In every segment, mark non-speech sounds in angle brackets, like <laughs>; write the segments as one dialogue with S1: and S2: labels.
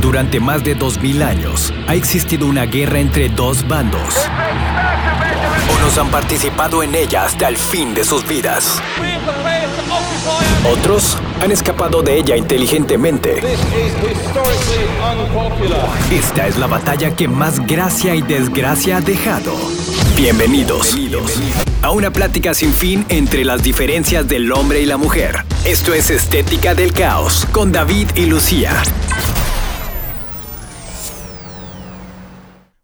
S1: Durante más de 2.000 años ha existido una guerra entre dos bandos. Unos han participado en ella hasta el fin de sus vidas. Otros han escapado de ella inteligentemente. Esta es la batalla que más gracia y desgracia ha dejado. Bienvenidos, a una plática sin fin entre las diferencias del hombre y la mujer. Esto es Estética del Caos con David y Lucía.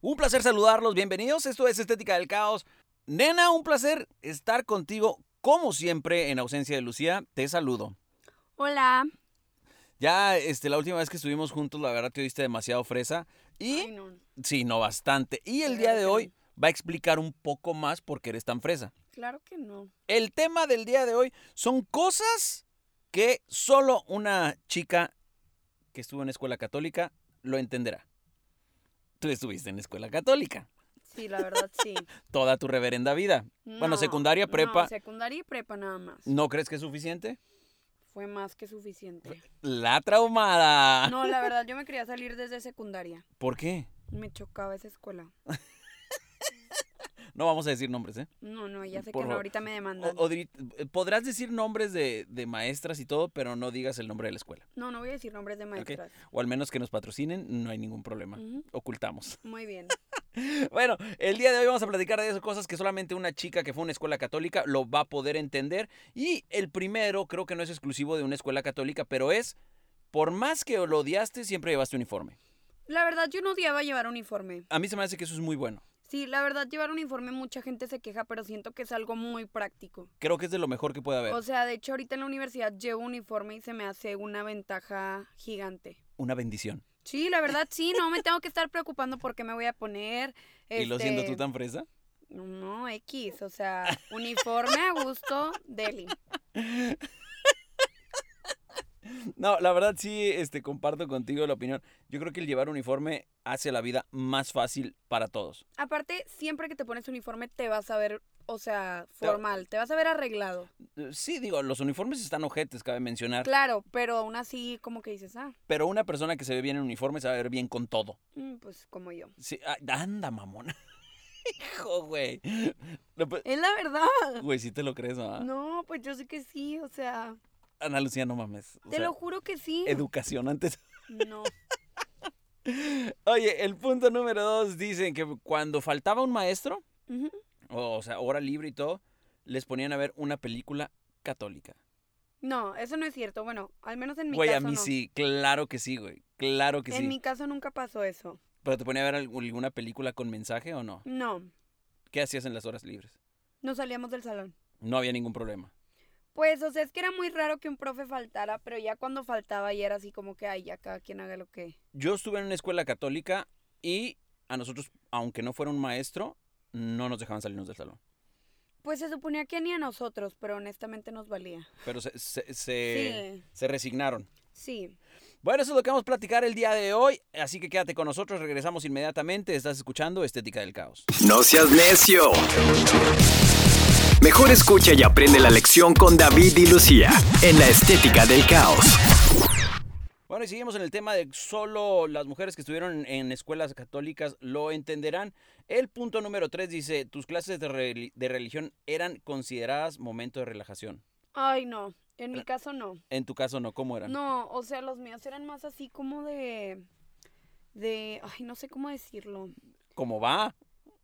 S2: Un placer saludarlos, bienvenidos. Esto es Estética del Caos. Nena, un placer estar contigo, como siempre, en ausencia de Lucía. Te saludo.
S3: Hola.
S2: Ya, este, la última vez que estuvimos juntos, la verdad te oíste demasiado fresa. Y,
S3: Ay, no.
S2: sí, no, bastante. Y el
S3: Claro
S2: día de
S3: que
S2: hoy va a explicar un poco más por qué eres tan fresa.
S3: Claro que no.
S2: El tema del día de hoy son cosas que solo una chica que estuvo en escuela católica lo entenderá. Tú estuviste en escuela católica
S3: Sí, la verdad sí. <laughs>
S2: toda tu reverenda vida. Bueno,
S3: No,
S2: secundaria,
S3: no,
S2: prepa.
S3: secundaria y prepa nada más.
S2: ¿No crees que es suficiente?
S3: Fue más que suficiente.
S2: La traumada.
S3: No,
S2: <laughs>
S3: la verdad yo me quería salir desde secundaria.
S2: ¿Por qué?
S3: Me chocaba esa escuela.
S2: No vamos a decir nombres, ¿eh?
S3: No, no, ya sé
S2: Por
S3: que no,
S2: favor.
S3: ahorita me
S2: O-
S3: demandan.
S2: Odri- podrás decir nombres de, de maestras y todo, pero no digas el nombre de la escuela.
S3: No, no voy a decir nombres de maestras.
S2: O al menos que nos patrocinen, no hay ningún problema.
S3: Ujú,
S2: Ocultamos. <laughs>
S3: Muy bien.
S2: Bueno, el día de hoy vamos a platicar de esas cosas que solamente una chica que fue a una escuela católica lo va a poder entender. Y el primero creo que no es exclusivo de una escuela católica, pero es, por más que lo odiaste, siempre llevaste uniforme.
S3: La verdad yo no odiaba llevar uniforme.
S2: A mí se me hace que eso es muy bueno.
S3: Sí, la verdad llevar uniforme mucha gente se queja, pero siento que es algo muy práctico.
S2: Creo que es de lo mejor que puede haber.
S3: O sea, de hecho ahorita en la universidad llevo uniforme y se me hace una ventaja gigante.
S2: Una bendición.
S3: Sí, la verdad sí, no me tengo que estar preocupando por qué me voy a poner.
S2: Y lo siendo
S3: este,
S2: tú tan fresa.
S3: No, X, o sea, uniforme a gusto, Deli.
S2: No, la verdad sí, este, comparto contigo la opinión. Yo creo que el llevar uniforme hace la vida más fácil para todos.
S3: Aparte, siempre que te pones uniforme te vas a ver, o sea,
S2: Te va-
S3: formal, te vas a ver arreglado.
S2: Eh, Sí, digo, los uniformes están ojetes, cabe mencionar.
S3: Claro, pero aún así como que dices, ah,
S2: Pero una persona que se ve bien en uniforme se va a ver bien con todo.
S3: mm, pues como yo.
S2: Sí, ah, anda, mamona. <laughs> Hijo, güey. No, pues,
S3: Es la verdad.
S2: Güey, sí te lo crees, ¿no?
S3: No, pues yo sé que sí, o sea,
S2: Ana Lucía, no mames. O
S3: te
S2: sea,
S3: lo juro que sí.
S2: Educación antes <laughs>
S3: No.
S2: Oye, el punto número dos dicen que cuando faltaba un maestro,
S3: Ujú.
S2: o, sea, hora libre y todo, les ponían a ver una película católica.
S3: No, eso no es cierto. Bueno, al menos en mi
S2: Güey, a
S3: caso
S2: mí
S3: no.
S2: sí, claro que sí, güey. Claro que
S3: en
S2: sí.
S3: mi caso nunca pasó eso.
S2: ¿Pero te ponían a ver algu- alguna película con mensaje o no?
S3: No,
S2: ¿Qué hacías en las horas libres?
S3: no salíamos del salón.
S2: No había ningún problema.
S3: Pues, o sea, es que era muy raro que un profe faltara, pero ya cuando faltaba ya era así como que, ay, ya cada quien haga lo que...
S2: Yo estuve en una escuela católica y a nosotros, aunque no fuera un maestro, no nos dejaban salirnos del salón.
S3: Pues se suponía que ni a nosotros, pero honestamente nos valía.
S2: Pero se, se- se-
S3: Sí,
S2: se resignaron.
S3: sí.
S2: Bueno, eso es lo que vamos a platicar el día de hoy, así que quédate con nosotros, regresamos inmediatamente, estás escuchando Estética del Caos.
S1: No seas necio. Mejor escucha y aprende la lección con David y Lucía en la Estética del Caos.
S2: Bueno, y seguimos en el tema de solo las mujeres que estuvieron en escuelas católicas lo entenderán. El punto número 3 dice, tus clases de, reli- de religión eran consideradas momento de relajación.
S3: Ay, no, en mi caso no.
S2: En tu caso no, ¿cómo eran?
S3: No, o sea, los míos eran más así como de... De... Ay, no sé cómo decirlo.
S2: ¿Cómo va?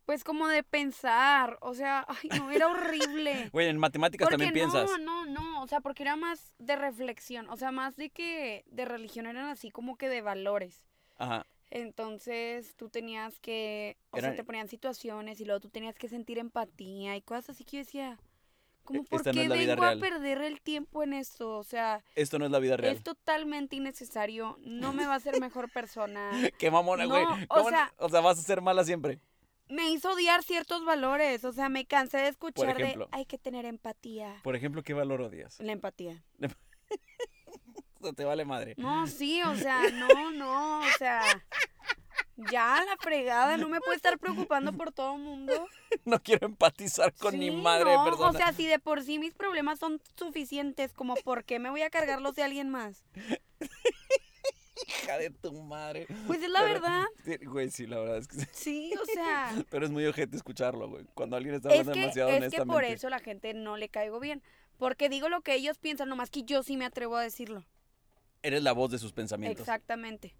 S3: Pues como de pensar, o sea, ay, no, era horrible.
S2: <laughs> Güey, en matemáticas
S3: Porque
S2: también piensas.
S3: No, no, no, o sea, porque era más de reflexión, o sea, más de que de religión eran así como que de valores.
S2: Ajá.
S3: Entonces tú tenías que, o
S2: Eran-
S3: sea, te ponían situaciones y luego tú tenías que sentir empatía y cosas así que yo decía,
S2: E-
S3: ¿cómo por
S2: esta no
S3: qué
S2: es la vida
S3: vengo a
S2: real.
S3: perder el tiempo en esto? O sea,
S2: Esto no es la vida real.
S3: es totalmente innecesario, no me va a hacer mejor persona.
S2: <laughs> Qué mamona, güey.
S3: No, o
S2: ¿Cómo no?
S3: sea-
S2: o sea, vas a ser mala siempre.
S3: Me hizo odiar ciertos valores, o sea, me cansé de escuchar
S2: ejemplo. Pues,
S3: de hay que tener empatía.
S2: Por ejemplo, ¿qué valor odias?
S3: La empatía.
S2: <laughs> O sea, te vale madre.
S3: No, sí, o sea, no, no, o sea, ya la fregada, no me puede estar preocupando por todo mundo.
S2: <laughs> No quiero empatizar con mi
S3: Sí,
S2: madre de
S3: no,
S2: persona.
S3: O sea, si de por sí mis problemas son suficientes, como por qué me voy a cargar los de alguien más.
S2: hija de tu madre.
S3: Pues es la
S2: Pero-
S3: verdad.
S2: Güey, sí, la verdad es que sí.
S3: Sí, o
S2: <laughs>
S3: sea.
S2: Pero es muy ojete escucharlo, güey. Cuando alguien está
S3: Es
S2: hablando
S3: que,
S2: demasiado
S3: es que
S2: honestamente.
S3: por eso la gente no le caigo bien. Porque digo lo que ellos piensan, nomás que yo sí me atrevo a decirlo.
S2: Eres la voz de sus pensamientos.
S3: Exactamente.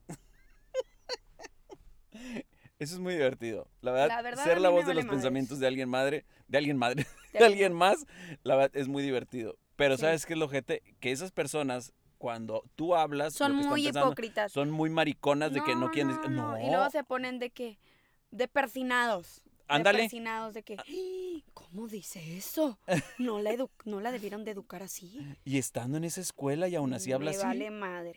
S2: Eso es muy divertido. La verdad,
S3: La verdad,
S2: ser
S3: a
S2: la
S3: mí me
S2: voz de
S3: vale
S2: los pensamientos de alguien madre, de alguien madre, <laughs>
S3: Te
S2: de
S3: digo.
S2: alguien más, la verdad es muy divertido. Pero
S3: Sí.
S2: ¿sabes qué es lo ojete? Que esas personas, cuando tú hablas,
S3: Son
S2: lo que están
S3: muy
S2: pensando,
S3: hipócritas.
S2: Son muy mariconas de que no quieren decir. No,
S3: Y luego se ponen de que, de persinados. De
S2: ándale. Ah.
S3: persinados, de que, "Ih, ¿cómo dice eso? No la, edu- no la debieron de educar así.
S2: Y estando en esa escuela y aún así
S3: Me
S2: hablas así.
S3: vale madre.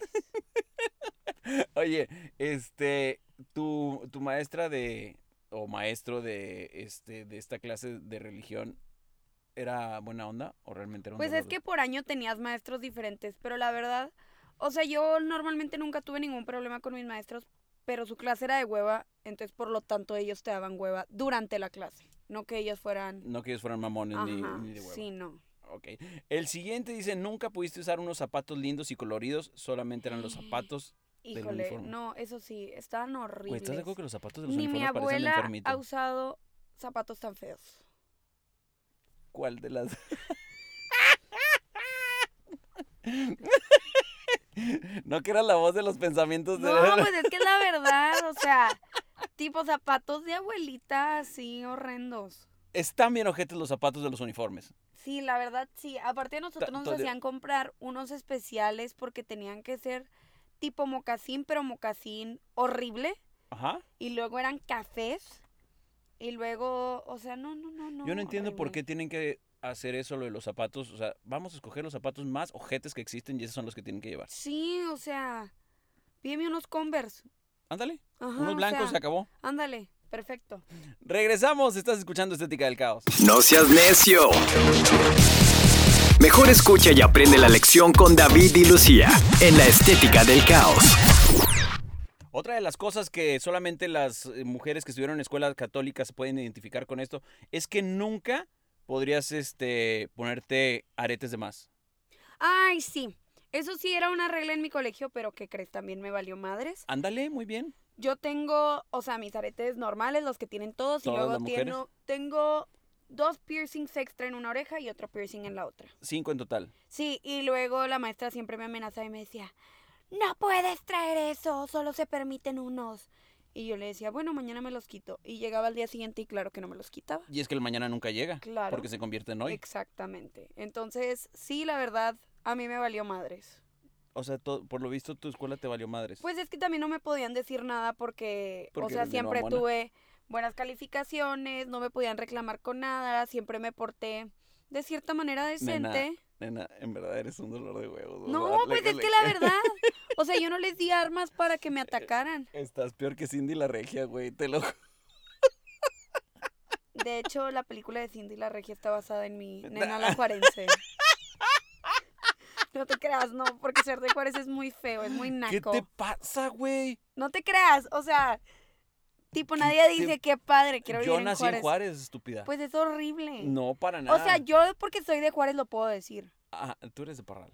S2: Oye, este, tu, tu maestra de, o maestro de, este, de esta clase de religión, ¿era buena onda o realmente era un
S3: Pues
S2: dolor
S3: es
S2: de-
S3: que por año tenías maestros diferentes, pero la verdad, o sea, yo normalmente nunca tuve ningún problema con mis maestros, pero su clase era de hueva, entonces por lo tanto ellos te daban hueva durante la clase, no que ellos fueran...
S2: No que ellos fueran mamones ni,
S3: Ajá,
S2: ni de huevo.
S3: sí, no.
S2: Ok. El siguiente dice, nunca pudiste usar unos zapatos lindos y coloridos, solamente
S3: <gasps>
S2: eran los zapatos. Del
S3: Híjole,
S2: uniforme.
S3: no, eso sí, estaban horribles.
S2: Güey, ¿estás de acuerdo que los zapatos de los
S3: Ni mi
S2: uniformes parecen de
S3: abuela
S2: enfermito?
S3: ha usado zapatos
S2: <laughs>
S3: tan feos.
S2: ¿Cuál de
S3: <laughs>
S2: las...? <laughs> no que era la voz de los pensamientos de...
S3: No, pues es que es la verdad, o sea, tipo zapatos de abuelita así horrendos.
S2: Están bien ojetes los zapatos de los uniformes.
S3: Sí, la verdad, sí. Aparte a nosotros nos
S2: Tanto de-
S3: hacían comprar unos especiales porque tenían que ser tipo mocasín, pero mocasín horrible.
S2: Ajá.
S3: Y luego eran cafés. Y luego, o sea, no, no, no, no.
S2: Yo no entiendo por qué
S3: horrible.
S2: tienen que hacer eso lo de los zapatos. O sea, vamos a escoger los zapatos más ojetes que existen y esos son los que tienen que llevar.
S3: Sí, o sea, pídeme unos Converse.
S2: Ándale,
S3: Ajá,
S2: unos
S3: Ah, o
S2: blancos
S3: sea,
S2: se acabó.
S3: Ándale, perfecto.
S2: Regresamos, estás escuchando Estética del Caos.
S1: No seas necio. Mejor escucha y aprende la lección con David y Lucía en la estética del caos.
S2: Otra de las cosas que solamente las eh, mujeres que estuvieron en escuelas católicas pueden identificar con esto es que nunca podrías este, ponerte aretes de más.
S3: Ay, sí. Eso sí era una regla en mi colegio, pero ¿qué crees? También me valió madres.
S2: Ándale, muy bien.
S3: Yo tengo, o sea, mis aretes normales, los que tienen todos, y
S2: Todas
S3: luego
S2: las mujeres.
S3: tengo, tengo dos piercings extra en una oreja y otro piercing en la otra.
S2: Cinco en total.
S3: Sí, y luego la maestra siempre me amenazaba y me decía, no puedes traer eso, solo se permiten unos. Y yo le decía, bueno, mañana me los quito. Y llegaba al día siguiente y claro que no me los quitaba.
S2: Y es que el mañana nunca llega.
S3: Claro.
S2: Porque se convierte en hoy.
S3: Exactamente. Entonces, sí, la verdad, a mí me valió madres.
S2: O sea, to- por lo visto tu escuela te valió madres.
S3: Pues es que también no me podían decir nada porque,
S2: Porque
S3: o sea,
S2: eres bien
S3: siempre
S2: mamona.
S3: tuve buenas calificaciones, no me podían reclamar con nada, siempre me porté de cierta manera
S2: Nena,
S3: decente.
S2: Nena, en verdad eres un dolor de huevos. o
S3: no,
S2: sea, le-
S3: pues es
S2: le- <laughs>
S3: que la verdad, o sea, yo no les di armas para que me atacaran.
S2: Estás peor que Cindy la regia, güey, te lo juro.
S3: De hecho, la película de Cindy la Regia está basada
S2: <laughs>
S3: en mi nena la Juarense. No te creas, no, porque ser de Juárez es muy feo, es muy
S2: ¿Qué
S3: naco.
S2: te pasa, güey?
S3: No te creas, o sea, tipo, nadie
S2: te-
S3: dice qué padre, quiero vivir
S2: Yo
S3: en
S2: nací
S3: Juárez.
S2: en Juárez, estúpida.
S3: Pues es horrible.
S2: no, para nada.
S3: O sea, yo porque soy de Juárez lo puedo decir.
S2: Ah, tú eres de Parral.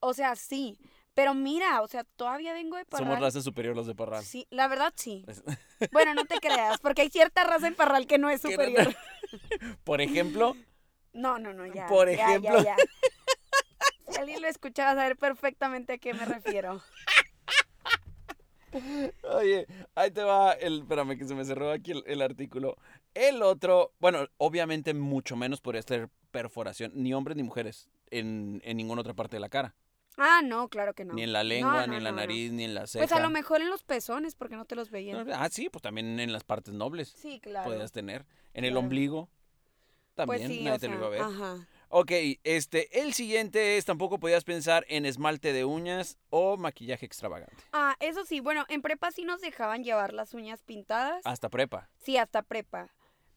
S3: O sea, sí. Pero mira, o sea, todavía vengo de Parral.
S2: Somos raza superior los de Parral. <laughs>
S3: Sí, la verdad sí.
S2: Es-
S3: <laughs> Bueno, no te creas, porque hay cierta raza en Parral que no es
S2: Que no-
S3: superior.
S2: Por ejemplo,
S3: <laughs> No, no, no, ya.
S2: Por
S3: ya, ya,
S2: ejemplo. <laughs>
S3: ya. Si alguien lo escuchaba, saber perfectamente a qué me refiero.
S2: oye, ahí te va el. Espérame, que se me cerró aquí el, el artículo. El otro, bueno, obviamente mucho menos podría ser perforación, ni hombres ni mujeres, en, en ninguna otra parte de la cara.
S3: Ah, no, claro que no.
S2: Ni en la lengua,
S3: No, no,
S2: ni en la
S3: no, no.
S2: nariz, ni en la ceja.
S3: Pues a lo mejor en los pezones, porque no te los veían.
S2: No, Ah, sí, pues también en las partes nobles
S3: Sí, claro.
S2: podías tener. En el
S3: Claro.
S2: ombligo también
S3: pues sí,
S2: nadie
S3: o
S2: te lo
S3: sea,
S2: iba a ver.
S3: Ajá.
S2: Ok, este, el siguiente es tampoco podías pensar en esmalte de uñas o maquillaje extravagante.
S3: Ah, eso sí, bueno, en prepa sí nos dejaban llevar las uñas pintadas.
S2: Hasta prepa.
S3: Sí, hasta prepa.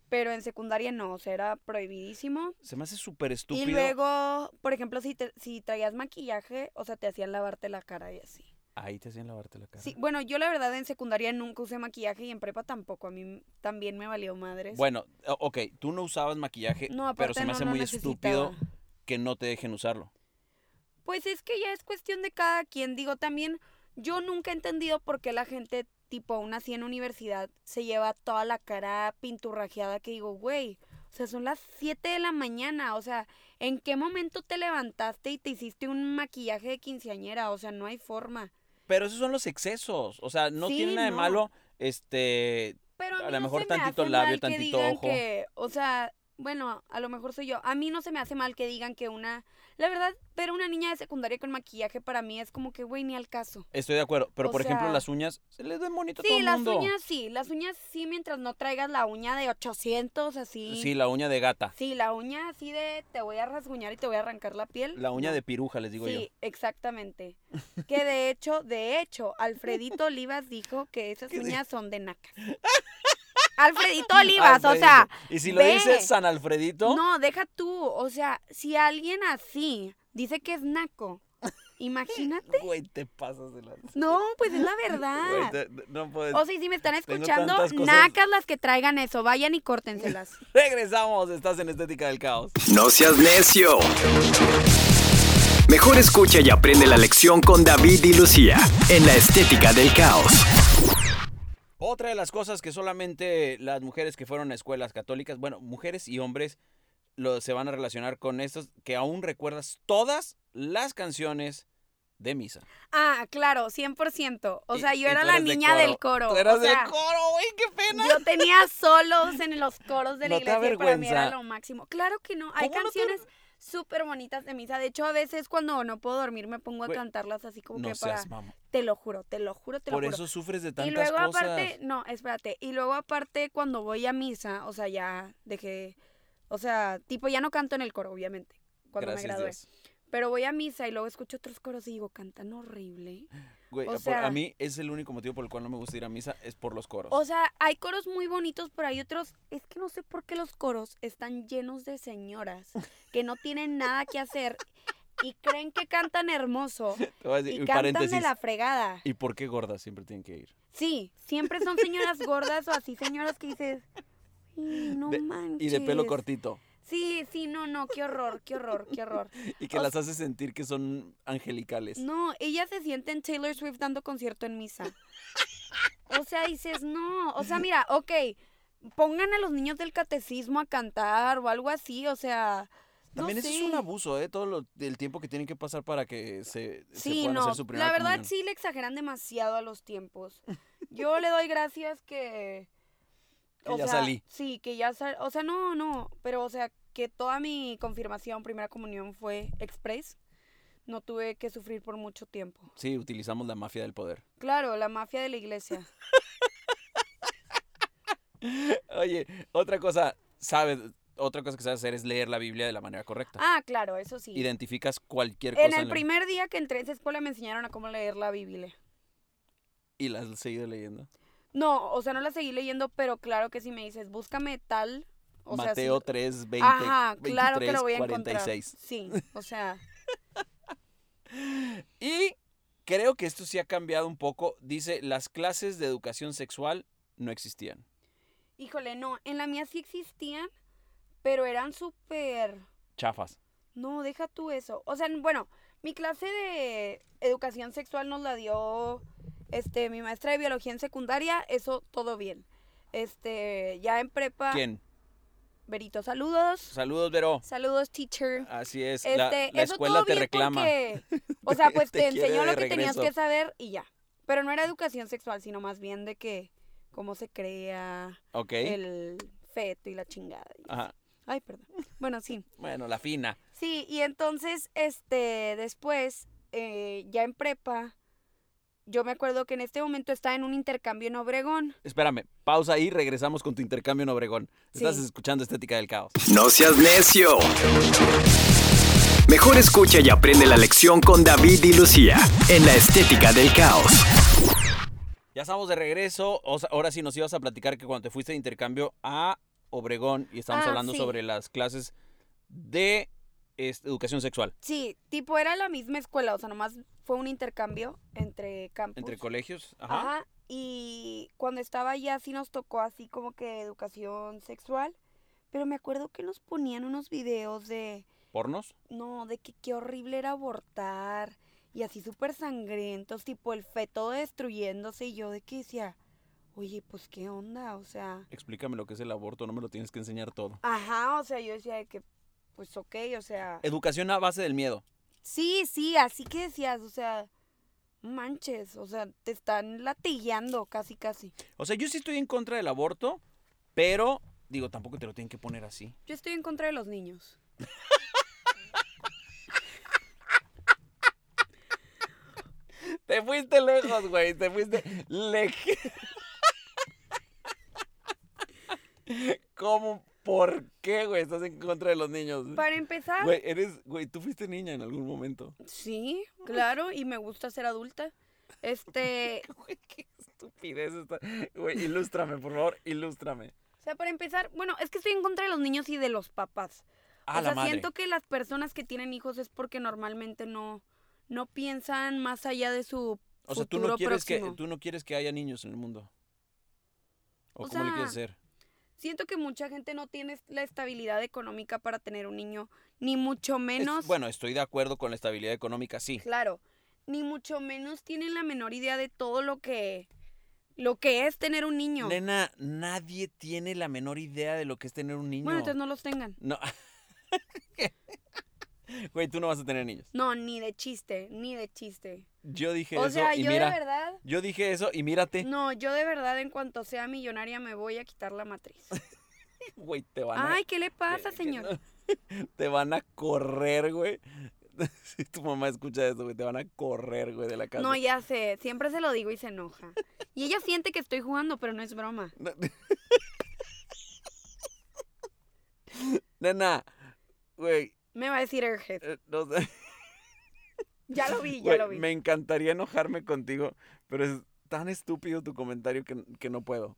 S3: Pero en secundaria no, o sea, era prohibidísimo.
S2: Se me hace súper estúpido.
S3: Y luego, por ejemplo, si, te- si traías maquillaje, o sea, te hacían lavarte la cara y así.
S2: Ahí te hacían lavarte la cara.
S3: Sí, bueno, yo la verdad en secundaria nunca usé maquillaje y en prepa tampoco. A mí m- también me valió madres.
S2: Bueno, o- ok, tú no usabas maquillaje,
S3: no,
S2: pero
S3: aparte
S2: se me
S3: no
S2: hace
S3: lo
S2: muy estúpido
S3: necesitaba.
S2: que no te dejen usarlo.
S3: Pues es que ya es cuestión de cada quien. Digo, también Yo nunca he entendido por qué la gente, tipo, aún así en universidad, se lleva toda la cara pinturrajeada que digo, güey, o sea, son las 7 de la mañana, o sea, ¿en qué momento te levantaste y te hiciste un maquillaje de quinceañera? O sea, no hay forma.
S2: Pero esos son los excesos. O sea, no
S3: Sí,
S2: tiene nada de
S3: no.
S2: malo. Este.
S3: Pero a, mí
S2: A lo
S3: no se
S2: mejor
S3: me
S2: tantito
S3: hace
S2: labio,
S3: mal que
S2: tantito
S3: digan
S2: ojo.
S3: que- o sea, bueno, a lo mejor soy yo. A mí no se me hace mal que digan que una... La verdad, ver una niña de secundaria con maquillaje para mí es como que, güey, ni al caso.
S2: Estoy de acuerdo. Pero
S3: O
S2: por ejemplo,
S3: sea-
S2: las uñas. Se les ven bonito a todo
S3: Sí,
S2: el
S3: las
S2: mundo.
S3: uñas sí, las uñas sí mientras no traigas la uña de 800 así.
S2: Sí, la uña de gata.
S3: Sí, la uña así de te voy a rasguñar y te voy a arrancar la piel.
S2: La uña
S3: no.
S2: de piruja, les digo yo.
S3: Sí, exactamente. Que de hecho, de hecho, Alfredito Olivas dijo que esas
S2: ¿Qué dijo? <laughs>
S3: uñas son de nacas. Alfredito Olivas, o sea,
S2: Alfredito. Y si lo
S3: ve.
S2: dice San Alfredito.
S3: no, deja tú, o sea, si alguien así dice que es naco,
S2: <laughs>
S3: imagínate.
S2: Güey, te pasas de la.
S3: No, pues es la
S2: Güey,
S3: verdad.
S2: te- no puedes.
S3: O sea, y si me están
S2: Tengo
S3: escuchando,
S2: tantas cosas.
S3: nacas las que traigan eso, vayan
S2: <laughs>
S3: y córtenselas.
S2: Regresamos. Estás en Estética del Caos.
S1: No seas necio. Mejor escucha y aprende la lección con David y Lucía en la estética del caos.
S2: Otra de las cosas que solamente las mujeres que fueron a escuelas católicas, bueno, mujeres y hombres, lo, se van a relacionar con estos, que aún recuerdas todas las canciones de misa.
S3: Ah, claro, 100%. O
S2: Y-
S3: sea, yo
S2: y
S3: era
S2: tú
S3: la
S2: eras de
S3: niña del coro.
S2: Tú eras
S3: o sea,
S2: del coro, güey, qué pena.
S3: Yo tenía solos en los coros de la
S2: ¿No te da
S3: iglesia y para mí era
S2: vergüenza?
S3: lo máximo. Claro que no, hay
S2: ¿Cómo no te da-
S3: canciones súper bonitas de misa. De hecho, a veces cuando no puedo dormir me pongo a
S2: Güey,
S3: cantarlas así como
S2: no
S3: que para...
S2: seas mamá.
S3: Te lo juro, te lo juro, te
S2: Por
S3: lo juro.
S2: eso sufres de
S3: y
S2: tantas
S3: luego
S2: cosas.
S3: aparte, no, espérate, y luego aparte cuando voy a misa, o sea, ya dejé, o sea, tipo ya no canto en el coro, obviamente, cuando
S2: Gracias
S3: me gradué.
S2: Dios.
S3: Pero voy a misa y luego escucho otros coros y digo, cantan horrible.
S2: Güey,
S3: O
S2: por- a
S3: sea-
S2: mí es el único motivo por el cual no me gusta ir a misa, es por los coros.
S3: O sea, hay coros muy bonitos, pero hay otros. Es que no sé por qué los coros están llenos de señoras que no tienen nada que hacer y creen que cantan hermoso
S2: Te voy a decir-
S3: y
S2: y
S3: cantan de
S2: paréntesis.
S3: la fregada.
S2: ¿Y por qué gordas siempre tienen que ir?
S3: Sí, siempre son señoras gordas o así, señoras que dices. "Ay, No
S2: De-
S3: manches.
S2: Y de pelo cortito.
S3: Sí, sí, no, no, qué horror, qué horror, qué horror.
S2: Y que
S3: O
S2: las hace sentir que son angelicales.
S3: No, ella se siente en Taylor Swift dando concierto en misa. O sea, dices, no. O sea, mira, ok, pongan a los niños del catecismo a cantar o algo así, o sea. no
S2: También eso es un
S3: sé.
S2: abuso, ¿eh? Todo lo- el tiempo que tienen que pasar para que se, se
S3: Sí,
S2: puedan
S3: no.
S2: hacer su primera
S3: La verdad
S2: comunión.
S3: sí le exageran demasiado a los tiempos. Yo le doy gracias que.
S2: Que ya salí.
S3: Sí, que ya salí. O sea, no, no. Pero, o sea, que toda mi confirmación, primera comunión fue express. No tuve que sufrir por mucho tiempo.
S2: Sí, utilizamos la mafia del poder. <laughs>
S3: Claro, la mafia de la iglesia.
S2: Oye, otra cosa, sabes, otra cosa que sabes hacer es leer la Biblia de la manera correcta.
S3: Ah, claro, eso sí.
S2: Identificas cualquier cosa
S3: En el
S2: la-
S3: primer día que entré a esa escuela me enseñaron a cómo leer la Biblia.
S2: y la has seguido leyendo.
S3: No, o sea, no la seguí leyendo, pero claro que si me dices, búscame tal. O sea,
S2: Mateo
S3: sí-
S2: 3, 20,
S3: Ajá, claro que
S2: 23,
S3: lo voy a encontrar.
S2: 46. <laughs>
S3: Sí, o sea,
S2: Y creo que esto sí ha cambiado un poco. Dice, las clases de educación sexual no existían.
S3: híjole, no, en la mía sí existían, pero eran súper...
S2: Chafas.
S3: No, deja tú eso. O sea, bueno, mi clase de educación sexual nos la dio este mi maestra de biología en secundaria, eso todo bien. Este, ya en prepa,
S2: ¿Quién?
S3: Berito, saludos.
S2: Saludos, Vero.
S3: Saludos, teacher.
S2: Así es,
S3: Este,
S2: Ah, pues, la, la
S3: eso
S2: escuela
S3: todo
S2: te
S3: bien
S2: reclama. <laughs>
S3: porque, o sea, pues
S2: Te
S3: te,
S2: quiere
S3: enseñó
S2: de
S3: lo que tenías
S2: regreso.
S3: que saber y ya. Pero no era educación sexual, sino más bien de que cómo se crea
S2: Ok. Ah.
S3: el feto y la chingada. y así.
S2: Ajá.
S3: Ay, perdón. Bueno, sí.
S2: Bueno, la fina.
S3: Sí, y entonces, este, después, eh, ya en prepa, yo me acuerdo que en este momento estaba en un intercambio en Obregón.
S2: Espérame, pausa ahí, regresamos con tu intercambio en Obregón. Estás
S3: Sí.
S2: escuchando Estética del Caos.
S1: No seas necio. Mejor escucha y aprende la lección con David y Lucía en la estética del caos.
S2: Ya estamos de regreso. O sea, ahora sí nos ibas a platicar que cuando te fuiste de intercambio a Obregón y estamos
S3: Ah,
S2: hablando
S3: sí.
S2: sobre las clases de este, educación sexual
S3: Sí, tipo, era la misma escuela, o sea, nomás fue un intercambio entre campus.
S2: entre colegios. Ajá.
S3: Ajá. Y cuando estaba allá sí nos tocó así como que educación sexual. Pero me acuerdo que nos ponían unos videos de,
S2: Pornos.
S3: no, de que qué horrible era abortar y así súper sangrientos, tipo el feto destruyéndose y yo de que decía, oye, pues qué onda, o sea,
S2: Explícame lo que es el aborto, no me lo tienes que enseñar todo.
S3: ajá, o sea, yo decía de que, pues ok, o sea,
S2: Educación a base del miedo.
S3: sí, sí, así que decías, o sea, manches, o sea, te están latillando casi, casi.
S2: O sea, yo sí estoy en contra del aborto, pero digo, tampoco te lo tienen que poner así.
S3: Yo estoy en contra de los niños.
S2: Te fuiste lejos, güey. Te fuiste lejos. ¿Cómo? ¿Por qué, güey? Estás en contra de los niños.
S3: Para empezar,
S2: Güey, eres. Güey, tú fuiste niña en algún momento.
S3: sí, claro, y me gusta ser adulta. Este,
S2: Güey, qué estupidez esta. Güey, ilústrame, por favor, ilústrame.
S3: o sea, para empezar, bueno, es que estoy en contra de los niños y de los papás.
S2: A la
S3: o sea,
S2: madre.
S3: siento que las personas que tienen hijos es porque normalmente no, no piensan más allá de su
S2: O sea, tú no,
S3: futuro
S2: quieres que,
S3: próximo.
S2: tú no quieres que haya niños en el mundo. ¿O,
S3: O
S2: cómo le quieres
S3: sea,
S2: hacer?
S3: Siento que mucha gente no tiene la estabilidad económica para tener un niño, ni mucho
S2: Es-
S3: menos,
S2: bueno, estoy de acuerdo con la estabilidad económica, sí.
S3: claro, ni mucho menos tienen la menor idea de todo lo que, lo que es tener un niño.
S2: Nena, nadie tiene la menor idea de lo que es tener un niño.
S3: Bueno, entonces no los tengan.
S2: No. <laughs> Güey, tú no vas a tener niños.
S3: No, ni de chiste, ni de chiste.
S2: Yo dije
S3: O
S2: eso
S3: sea,
S2: y
S3: yo
S2: mira. eh.
S3: de verdad,
S2: Yo dije eso y mírate.
S3: no, yo de verdad en cuanto sea millonaria me voy a quitar la matriz.
S2: Güey, te <laughs> van a
S3: Ay, ¿qué le pasa,
S2: que- que
S3: señor?
S2: no- <laughs> te van a correr, güey. <laughs> Si tu mamá escucha eso, güey, te van a correr, güey, de la casa.
S3: No, ya sé, siempre se lo digo y se enoja. Y ella siente que estoy jugando, pero no es broma.
S2: No- <laughs> Nena, güey,
S3: Me va a decir Airhead.
S2: eh, no sé.
S3: Ya lo vi, ya
S2: Güey,
S3: lo vi.
S2: Me encantaría enojarme contigo, pero es tan estúpido tu comentario que, que no puedo.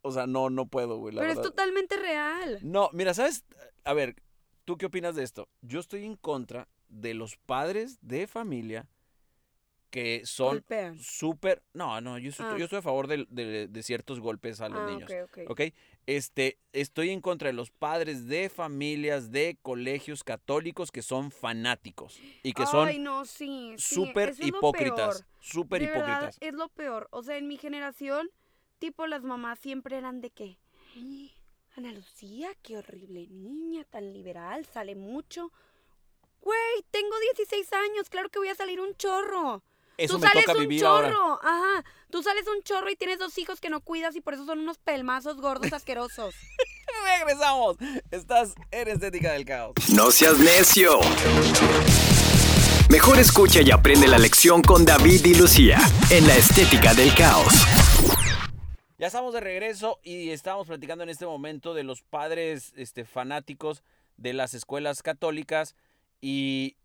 S2: O sea, no, no puedo, güey, la
S3: Pero es
S2: verdad.
S3: totalmente real.
S2: No, mira, ¿sabes? A ver, ¿tú qué opinas de esto? Yo estoy en contra de los padres de familia que son
S3: Golpean.
S2: súper... No, no, yo, estoy-
S3: Ah.
S2: yo estoy a favor del- de, de ciertos golpes a los
S3: Ah,
S2: niños.
S3: ok, ok.
S2: ¿Ok? Este, estoy en contra de los padres de familias de colegios católicos que son fanáticos y que
S3: Ay,
S2: son
S3: no, sí. sí,
S2: súper
S3: eso es lo
S2: hipócritas.
S3: peor.
S2: Súper
S3: De verdad,
S2: hipócritas.
S3: es lo peor. O sea, en mi generación, tipo, las mamás siempre eran de que. "Ay, Ana Lucía, qué horrible niña, tan liberal, sale mucho. Güey, tengo 16 años, claro que voy a salir un chorro.
S2: Eso
S3: tú
S2: me
S3: sales
S2: toca
S3: un
S2: vivir ahora.
S3: chorro, ajá. Tú sales un chorro y tienes dos hijos que no cuidas y por eso son unos pelmazos
S2: <laughs>
S3: gordos asquerosos.
S2: <laughs> Regresamos. Estás en Estética del Caos.
S1: No seas necio. Mejor escucha y aprende la lección con David y Lucía en la estética del caos.
S2: Ya estamos de regreso y estamos platicando en este momento de los padres este, fanáticos de las escuelas católicas y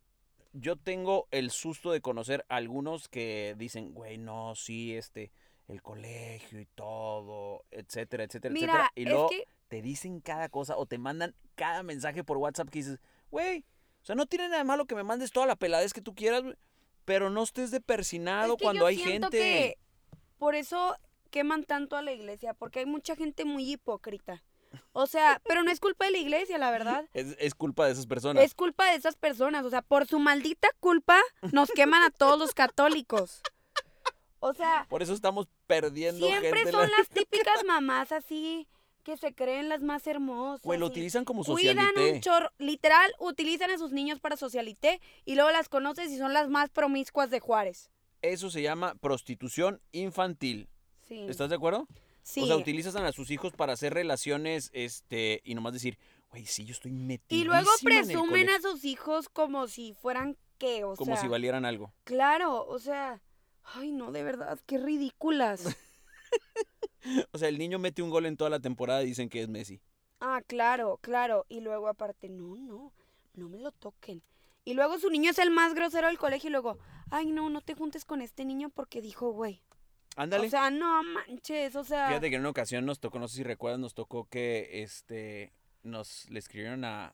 S2: yo tengo el susto de conocer a algunos que dicen, güey, no, sí, este, el colegio y todo, etcétera, etcétera, etcétera.
S3: Mira,
S2: Y
S3: es
S2: luego
S3: que
S2: te dicen cada cosa o te mandan cada mensaje por WhatsApp que dices, güey, o sea, no tiene nada de malo que me mandes toda la peladez que tú quieras, güey, pero no estés de persinado
S3: Es que
S2: cuando
S3: yo
S2: hay
S3: siento
S2: gente.
S3: que por eso queman tanto a la iglesia, porque hay mucha gente muy hipócrita. O sea, pero no es culpa de la iglesia,
S2: <laughs>
S3: la verdad.
S2: Es, es culpa de esas personas.
S3: Es culpa de esas personas. O sea, por su maldita culpa nos queman a todos los católicos. O sea,
S2: Por eso estamos perdiendo
S3: siempre
S2: gente.
S3: son
S2: <laughs>
S3: las típicas mamás así que se creen las más hermosas.
S2: Güey, lo
S3: y
S2: utilizan como
S3: Cuidan un
S2: socialité.
S3: chorro, literal, utilizan a sus niños para socialité y luego las conoces y son las más promiscuas de Juárez.
S2: Eso se llama prostitución infantil.
S3: Sí.
S2: ¿Estás de acuerdo?
S3: sí.
S2: O sea, utilizan a sus hijos para hacer relaciones, este, y nomás decir, güey, sí, yo estoy metido.
S3: Y luego presumen a sus hijos como si fueran qué, o
S2: Como
S3: sea,
S2: si valieran algo.
S3: claro, o sea, ay no, de verdad, qué ridículas.
S2: <laughs> O sea, el niño mete un gol en toda la temporada y dicen que es Messi.
S3: ah, claro, claro, y luego aparte, no, no, no me lo toquen. Y luego su niño es el más grosero del colegio y luego, ay no, no te juntes con este niño porque dijo, güey.
S2: Ándale.
S3: O sea, no manches, o sea,
S2: Fíjate que en una ocasión nos tocó, no sé si recuerdas, nos tocó que este nos le escribieron a,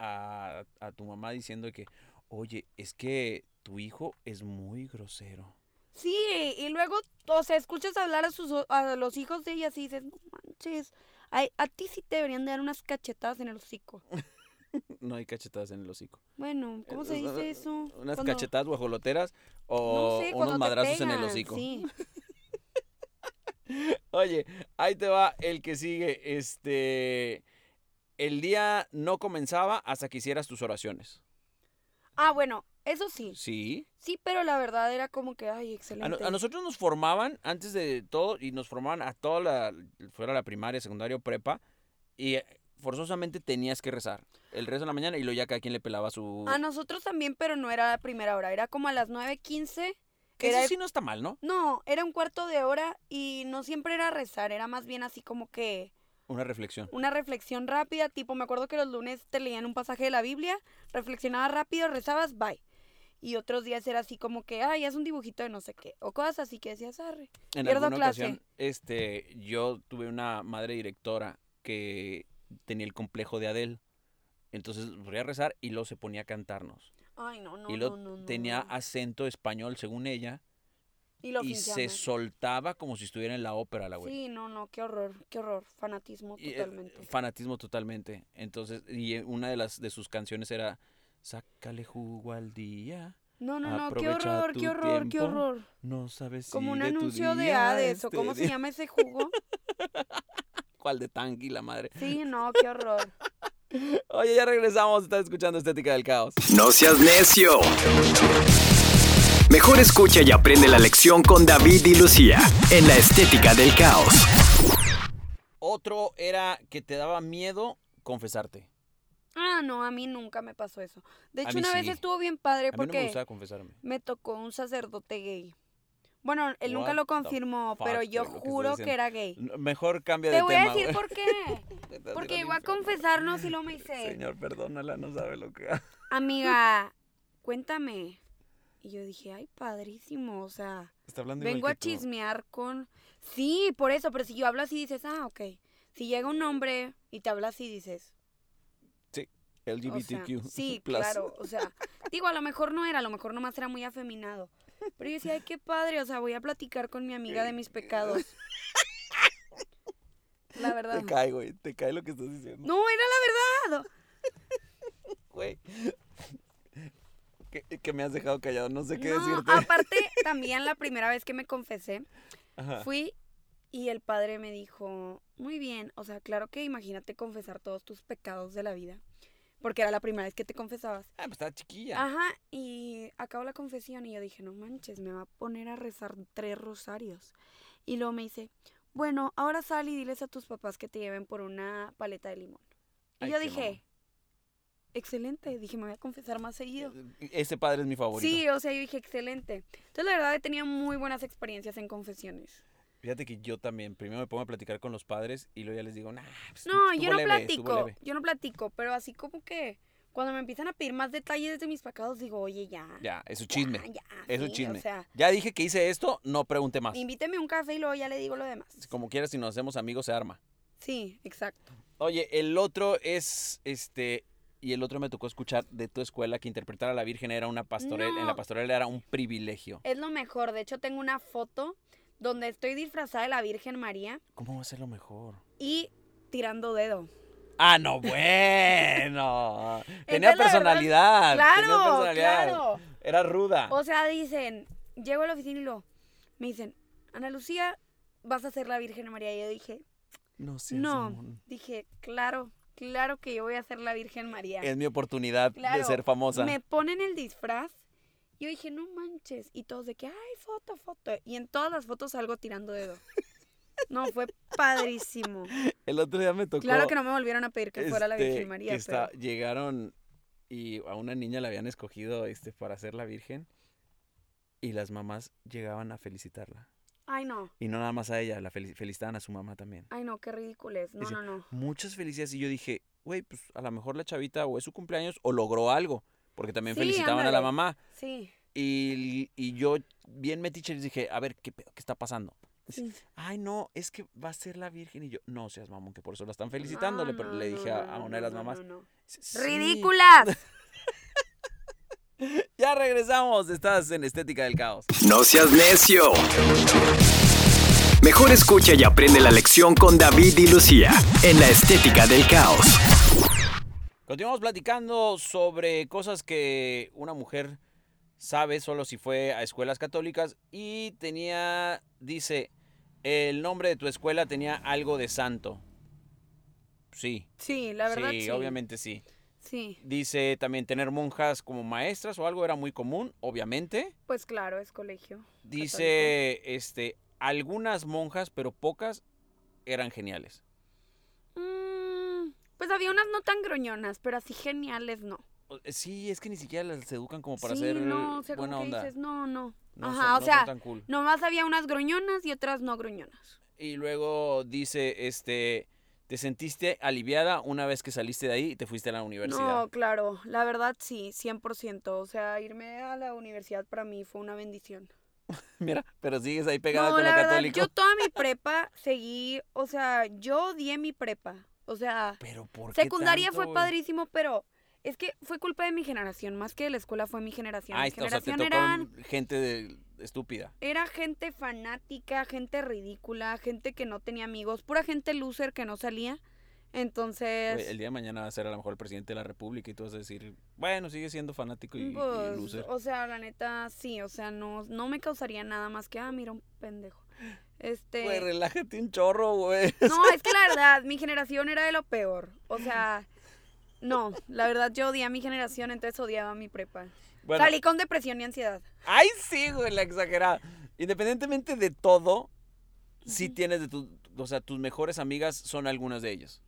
S2: a, a tu mamá diciendo que, oye, es que tu hijo es muy grosero.
S3: sí, y luego, o sea, escuchas hablar a sus a los hijos de ella y dices, no manches. Ay, a ti sí te deberían de dar unas cachetadas en el hocico.
S2: No hay cachetadas en el hocico.
S3: Bueno, ¿cómo se
S2: Eh,
S3: dice eso?
S2: Unas
S3: Cuando-
S2: cachetadas guajoloteras
S3: No
S2: o
S3: sé,
S2: unos
S3: cuando te
S2: madrazos en el
S3: pegan,
S2: hocico.
S3: Sí.
S2: Oye, ahí te va el que sigue. Este. El día no comenzaba hasta que hicieras tus oraciones.
S3: Ah, bueno, eso sí.
S2: Sí.
S3: Sí, pero la verdad era como que, ay,
S2: A, Ah, no-
S3: excelente.
S2: a nosotros nos formaban antes de todo y nos formaban a toda la. fuera la primaria, secundaria o prepa. Y eh, forzosamente tenías que rezar. El rezo en la mañana y luego ya cada quien le pelaba su.
S3: A nosotros también, pero no era a primera hora. Era como a las 9.15.
S2: Que
S3: era-
S2: Eso sí no está mal, ¿no?
S3: No, era un cuarto de hora y no siempre era rezar. Era más bien así como que
S2: Una reflexión.
S3: una reflexión rápida. Tipo, me acuerdo que los lunes te leían un pasaje de la Biblia, reflexionabas rápido, rezabas, bye. Y otros días era así como que, ay, haz un dibujito de no sé qué. O cosas así que decías, arre.
S2: En
S3: Pierdo
S2: alguna
S3: clase.
S2: ocasión, este, yo tuve una madre directora que tenía el complejo de Adele. Entonces podía rezar y luego se ponía a cantarnos.
S3: Ay, no, no,
S2: y
S3: no,
S2: luego
S3: no, no,
S2: tenía
S3: no.
S2: acento español, según ella,
S3: Y Mm. lo
S2: y se
S3: fingiamos.
S2: soltaba como si estuviera en la ópera la güey.
S3: Sí, no, no, qué horror, qué horror. Fanatismo
S2: Y, eh,
S3: totalmente.
S2: fanatismo totalmente. Entonces, y eh, una de las de sus canciones era Sácale jugo al día.
S3: No, no, no, qué
S2: Ah, aprovecha
S3: horror,
S2: tu
S3: qué horror, qué
S2: tiempo.
S3: horror.
S2: No sabes si
S3: Como un
S2: de tu
S3: anuncio de
S2: día
S3: Hades, o
S2: este
S3: cómo se
S2: día- <laughs>
S3: llama ese jugo.
S2: ¿Cuál de Tangi la madre?
S3: Sí, no, qué horror.
S2: Oye, ya regresamos, estás escuchando Estética del Caos.
S1: No seas necio. Mejor escucha y aprende la lección con David y Lucía en la estética del caos.
S2: Otro era que te daba miedo confesarte.
S3: Ah, no, a mí nunca me pasó eso. De
S2: A
S3: hecho,
S2: mí
S3: una vez
S2: sí.
S3: estuvo bien padre
S2: A mí no me
S3: porque
S2: gustaba confesarme.
S3: me tocó un sacerdote gay. Bueno, él
S2: What
S3: nunca lo
S2: the
S3: confirmó,
S2: fuck,
S3: pero
S2: güey,
S3: yo
S2: lo que estás
S3: juro que
S2: diciendo.
S3: era gay.
S2: No, Mejor cambia
S3: Te
S2: de
S3: voy a
S2: tema.
S3: decir
S2: güey.
S3: por
S2: <laughs>
S3: qué.
S2: Te vas a ir
S3: Porque
S2: al
S3: llegó a
S2: infierno.
S3: confesarnos y lo me dice,
S2: Señor, perdónala, no sabe lo que hace.
S3: amiga, cuéntame. Y yo dije, ay, padrísimo, o sea,
S2: Está hablando igual
S3: Vengo a
S2: que tú.
S3: chismear con. Sí, por eso, pero si yo hablo así dices, ah, ok. Si llega un hombre y te habla así dices. o sea,
S2: <laughs> LGBTQ.
S3: sí,
S2: plus.
S3: claro. O sea, digo, a lo mejor no era, a lo mejor nomás era muy afeminado. Pero yo decía, ay, qué padre, o sea, voy a platicar con mi amiga de mis pecados. La verdad.
S2: Te cae, güey. Te cae lo que estás diciendo.
S3: No, era la verdad.
S2: Güey. Que, que me has dejado callado, no sé qué
S3: No, ah,
S2: decirte.
S3: aparte, también la primera vez que me confesé,
S2: Ajá.
S3: Fui y el padre me dijo, muy bien, o sea, claro que imagínate confesar todos tus pecados de la vida, porque era la primera vez que te confesabas.
S2: Ah, pues estaba chiquilla.
S3: Ajá, y acabó la confesión y yo dije, no manches, me va a poner a rezar tres rosarios. Y luego me dice, bueno, ahora sal y diles a tus papás que te lleven por una paleta de limón. Y
S2: Ay,
S3: yo
S2: qué
S3: dije, excelente, dije, me voy a confesar más seguido.
S2: mamón. E- Ese padre es mi favorito.
S3: Sí, o sea, yo dije, excelente. Entonces, la verdad, he tenido muy buenas experiencias en confesiones.
S2: Fíjate que yo también. Primero me pongo a platicar con los padres y luego ya les digo, nah, pues,
S3: No,
S2: estuvo
S3: yo no
S2: leve, estuvo
S3: platico,
S2: leve".
S3: yo no platico, pero así como que cuando me empiezan a pedir más detalles de mis pecados, digo, oye, ya.
S2: Ya, eso es chisme.
S3: ya, ya,
S2: eso es
S3: sí,
S2: chisme.
S3: O sea,
S2: Ya dije que hice esto, no pregunte más.
S3: invíteme un café y luego ya le digo lo demás.
S2: Como quieras, si nos hacemos amigos, se arma.
S3: Sí, exacto.
S2: Oye, el otro es este. Y el otro me tocó escuchar de tu escuela que interpretar a la Virgen era una pastorela. En la
S3: No.
S2: pastorela era un privilegio.
S3: Es lo mejor. De hecho, tengo una foto donde estoy disfrazada de la Virgen María
S2: ¿Cómo va a ser lo mejor?
S3: y tirando dedo.
S2: Ah, no,
S3: <laughs>
S2: bueno. Tenía
S3: Entonces, la verdad,
S2: personalidad. tenía
S3: claro,
S2: Ah, personalidad. Ah.
S3: claro.
S2: Era ruda.
S3: O sea, dicen, llego a la oficina y lo me dicen, Ana Lucía, vas a ser la Virgen María. Y yo dije,
S2: no sé.
S3: no, dije, claro, claro que yo voy a ser la Virgen María.
S2: Es mi oportunidad de
S3: Claro,
S2: ser famosa.
S3: me ponen el disfraz. Yo dije, no manches. Y todos de que, ay, foto, foto. Y en todas las fotos salgo tirando dedo. No, fue
S2: <laughs>
S3: padrísimo.
S2: El otro día me tocó.
S3: Claro que no me volvieron a pedir que fuera la
S2: este,
S3: Virgen María.
S2: que está-
S3: pero-
S2: Llegaron y a una niña la habían escogido este, para ser la Virgen y las mamás llegaban a felicitarla.
S3: Ay, no.
S2: Y no nada más a ella, la fel- felicitaban a su mamá también.
S3: Ay, no, qué ridículo es. No,
S2: Dice,
S3: no, no.
S2: Muchas felicidades y yo dije, güey, pues a lo mejor la chavita o es su cumpleaños o logró algo, porque también
S3: Sí,
S2: felicitaban a la
S3: ándale.
S2: mamá.
S3: Sí.
S2: Y, y yo bien metiche les dije, a ver, ¿qué, pedo? ¿qué está pasando? Dice,
S3: Sí.
S2: Ay, no, es que va a ser la Virgen. Y yo, no seas mamón, que por eso la están felicitándole.
S3: No,
S2: pero
S3: Ah, no,
S2: le
S3: no,
S2: dije
S3: no,
S2: a, a
S3: no,
S2: una de
S3: no,
S2: las
S3: no,
S2: mamás,
S3: no, no.
S2: "Sí, sí,
S3: ¡Ridículas!
S2: Ya regresamos, estás en Estética del Caos.
S1: No seas necio. Mejor escucha y aprende la lección con David y Lucía en la estética del caos.
S2: Continuamos platicando sobre cosas que una mujer sabe solo si fue a escuelas católicas y tenía, dice, el nombre de tu escuela tenía algo de santo. Sí,
S3: Sí, la verdad sí.
S2: sí, obviamente sí.
S3: Sí,
S2: Dice también tener monjas como maestras o algo era muy común, obviamente.
S3: pues claro, es colegio.
S2: Dice, este, algunas monjas, pero pocas, eran geniales.
S3: Mm, pues había unas no tan groñonas, pero así geniales no.
S2: O- eh, Sí, es que ni siquiera las educan como para
S3: sí,
S2: ser
S3: no, o sea,
S2: buena
S3: como que
S2: onda.
S3: dices, no, no.
S2: No son-
S3: Ajá,
S2: no
S3: o
S2: son
S3: sea,
S2: tan cool.
S3: nomás había unas gruñonas y otras no gruñonas.
S2: Y luego dice, este, te sentiste aliviada una vez que saliste de ahí y te fuiste a la universidad.
S3: No, claro, la verdad sí, 100%. O sea, irme a la universidad para mí fue una bendición.
S2: <laughs> Mira, pero sigues ahí pegada
S3: no,
S2: con lo
S3: la verdad,
S2: católico.
S3: yo toda mi prepa seguí, o sea, yo odié mi prepa. O sea,
S2: Pero ¿por qué
S3: secundaria
S2: tanto,
S3: fue
S2: güey?
S3: padrísimo, pero es que fue culpa de mi generación, más que de la escuela fue mi generación.
S2: Ah,
S3: mi
S2: está, o sea, te
S3: generación
S2: tocó
S3: eran
S2: gente de- estúpida.
S3: Era gente fanática, gente ridícula, gente que no tenía amigos, pura gente loser que no salía. Entonces,
S2: Güey, El día de mañana va a ser a lo mejor el presidente de la república y tú vas a decir, bueno, sigue siendo fanático y, y
S3: pues,
S2: loser.
S3: o sea, la neta, sí, o sea, no, no me causaría nada más que, ah, mira un pendejo. Este,
S2: Güey, relájate un chorro, güey. <laughs>
S3: no, es que la verdad, mi generación era de lo peor. O sea, no, la verdad, yo odiaba a mi generación, entonces odiaba mi prepa.
S2: Bueno,
S3: Salí con depresión y ansiedad.
S2: Ay, sí, güey, la exagerada. Independientemente de todo, sí tienes de tus, o sea, tus mejores amigas son algunas de ellas.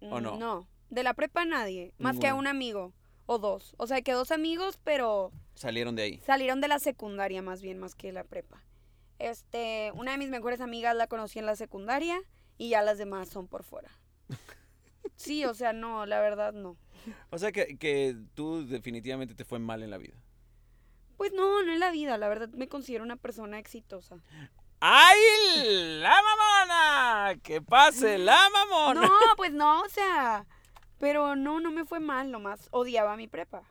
S2: ¿O
S3: Mm,
S2: no?
S3: No, de la prepa nadie, más que a un
S2: Ninguna.
S3: amigo o dos. O sea, que dos amigos, pero...
S2: Salieron de ahí.
S3: Salieron de la secundaria más bien, más que la prepa. Este, una de mis mejores amigas la conocí en la secundaria y ya las demás son por <laughs> fuera. Sí, o sea, no, la verdad no.
S2: O sea que, que tú definitivamente te fue mal en la vida.
S3: Pues no, no en la vida, la verdad me considero una persona exitosa.
S2: ¡Ay, la mamona! ¡Que pase la mamona!
S3: No, pues no, o sea, pero no, no me fue mal, nomás odiaba mi prepa.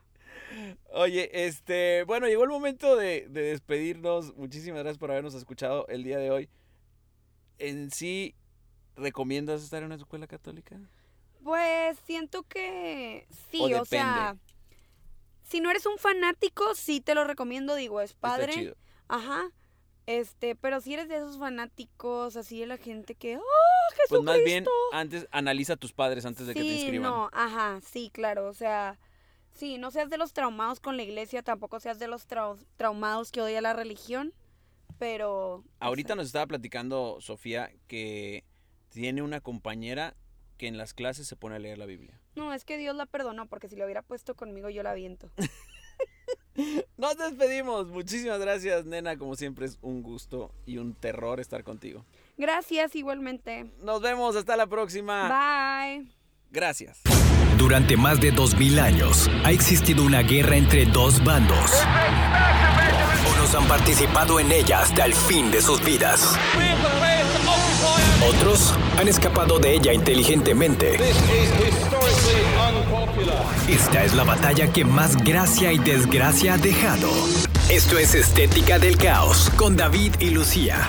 S2: Oye, este, bueno, llegó el momento de, de despedirnos. Muchísimas gracias por habernos escuchado el día de hoy. En sí, ¿recomiendas estar en una escuela católica?
S3: Pues siento que sí,
S2: O
S3: o, sea, si no eres un fanático, sí te lo recomiendo, digo, es padre.
S2: Está chido.
S3: Ajá. Este, pero si eres de esos fanáticos, así de la gente que, ¡oh, Jesucristo!
S2: Pues más bien, antes analiza a tus padres antes de que te
S3: sí,
S2: inscriban.
S3: no, ajá, sí, claro, o sea, sí, no seas de los traumados con la iglesia, tampoco seas de los trau- traumados que odia la religión, pero... no
S2: Ahorita
S3: sé.
S2: nos estaba platicando Sofía que tiene una compañera que en las clases se pone a leer la Biblia.
S3: No, es que Dios la perdonó, porque si lo hubiera puesto conmigo yo
S2: <laughs>
S3: la aviento.
S2: Nos despedimos. Muchísimas gracias, nena. Como siempre es un gusto y un terror estar contigo.
S3: Gracias igualmente.
S2: Nos vemos. Hasta la próxima.
S3: Bye.
S2: Gracias.
S1: Durante más de 2000 años ha existido una guerra entre dos bandos. Unos han participado en ella hasta el fin de sus vidas. Otros han escapado de ella inteligentemente. Esta es la batalla que más gracia y desgracia ha dejado. Esto es Estética del Caos con David y Lucía.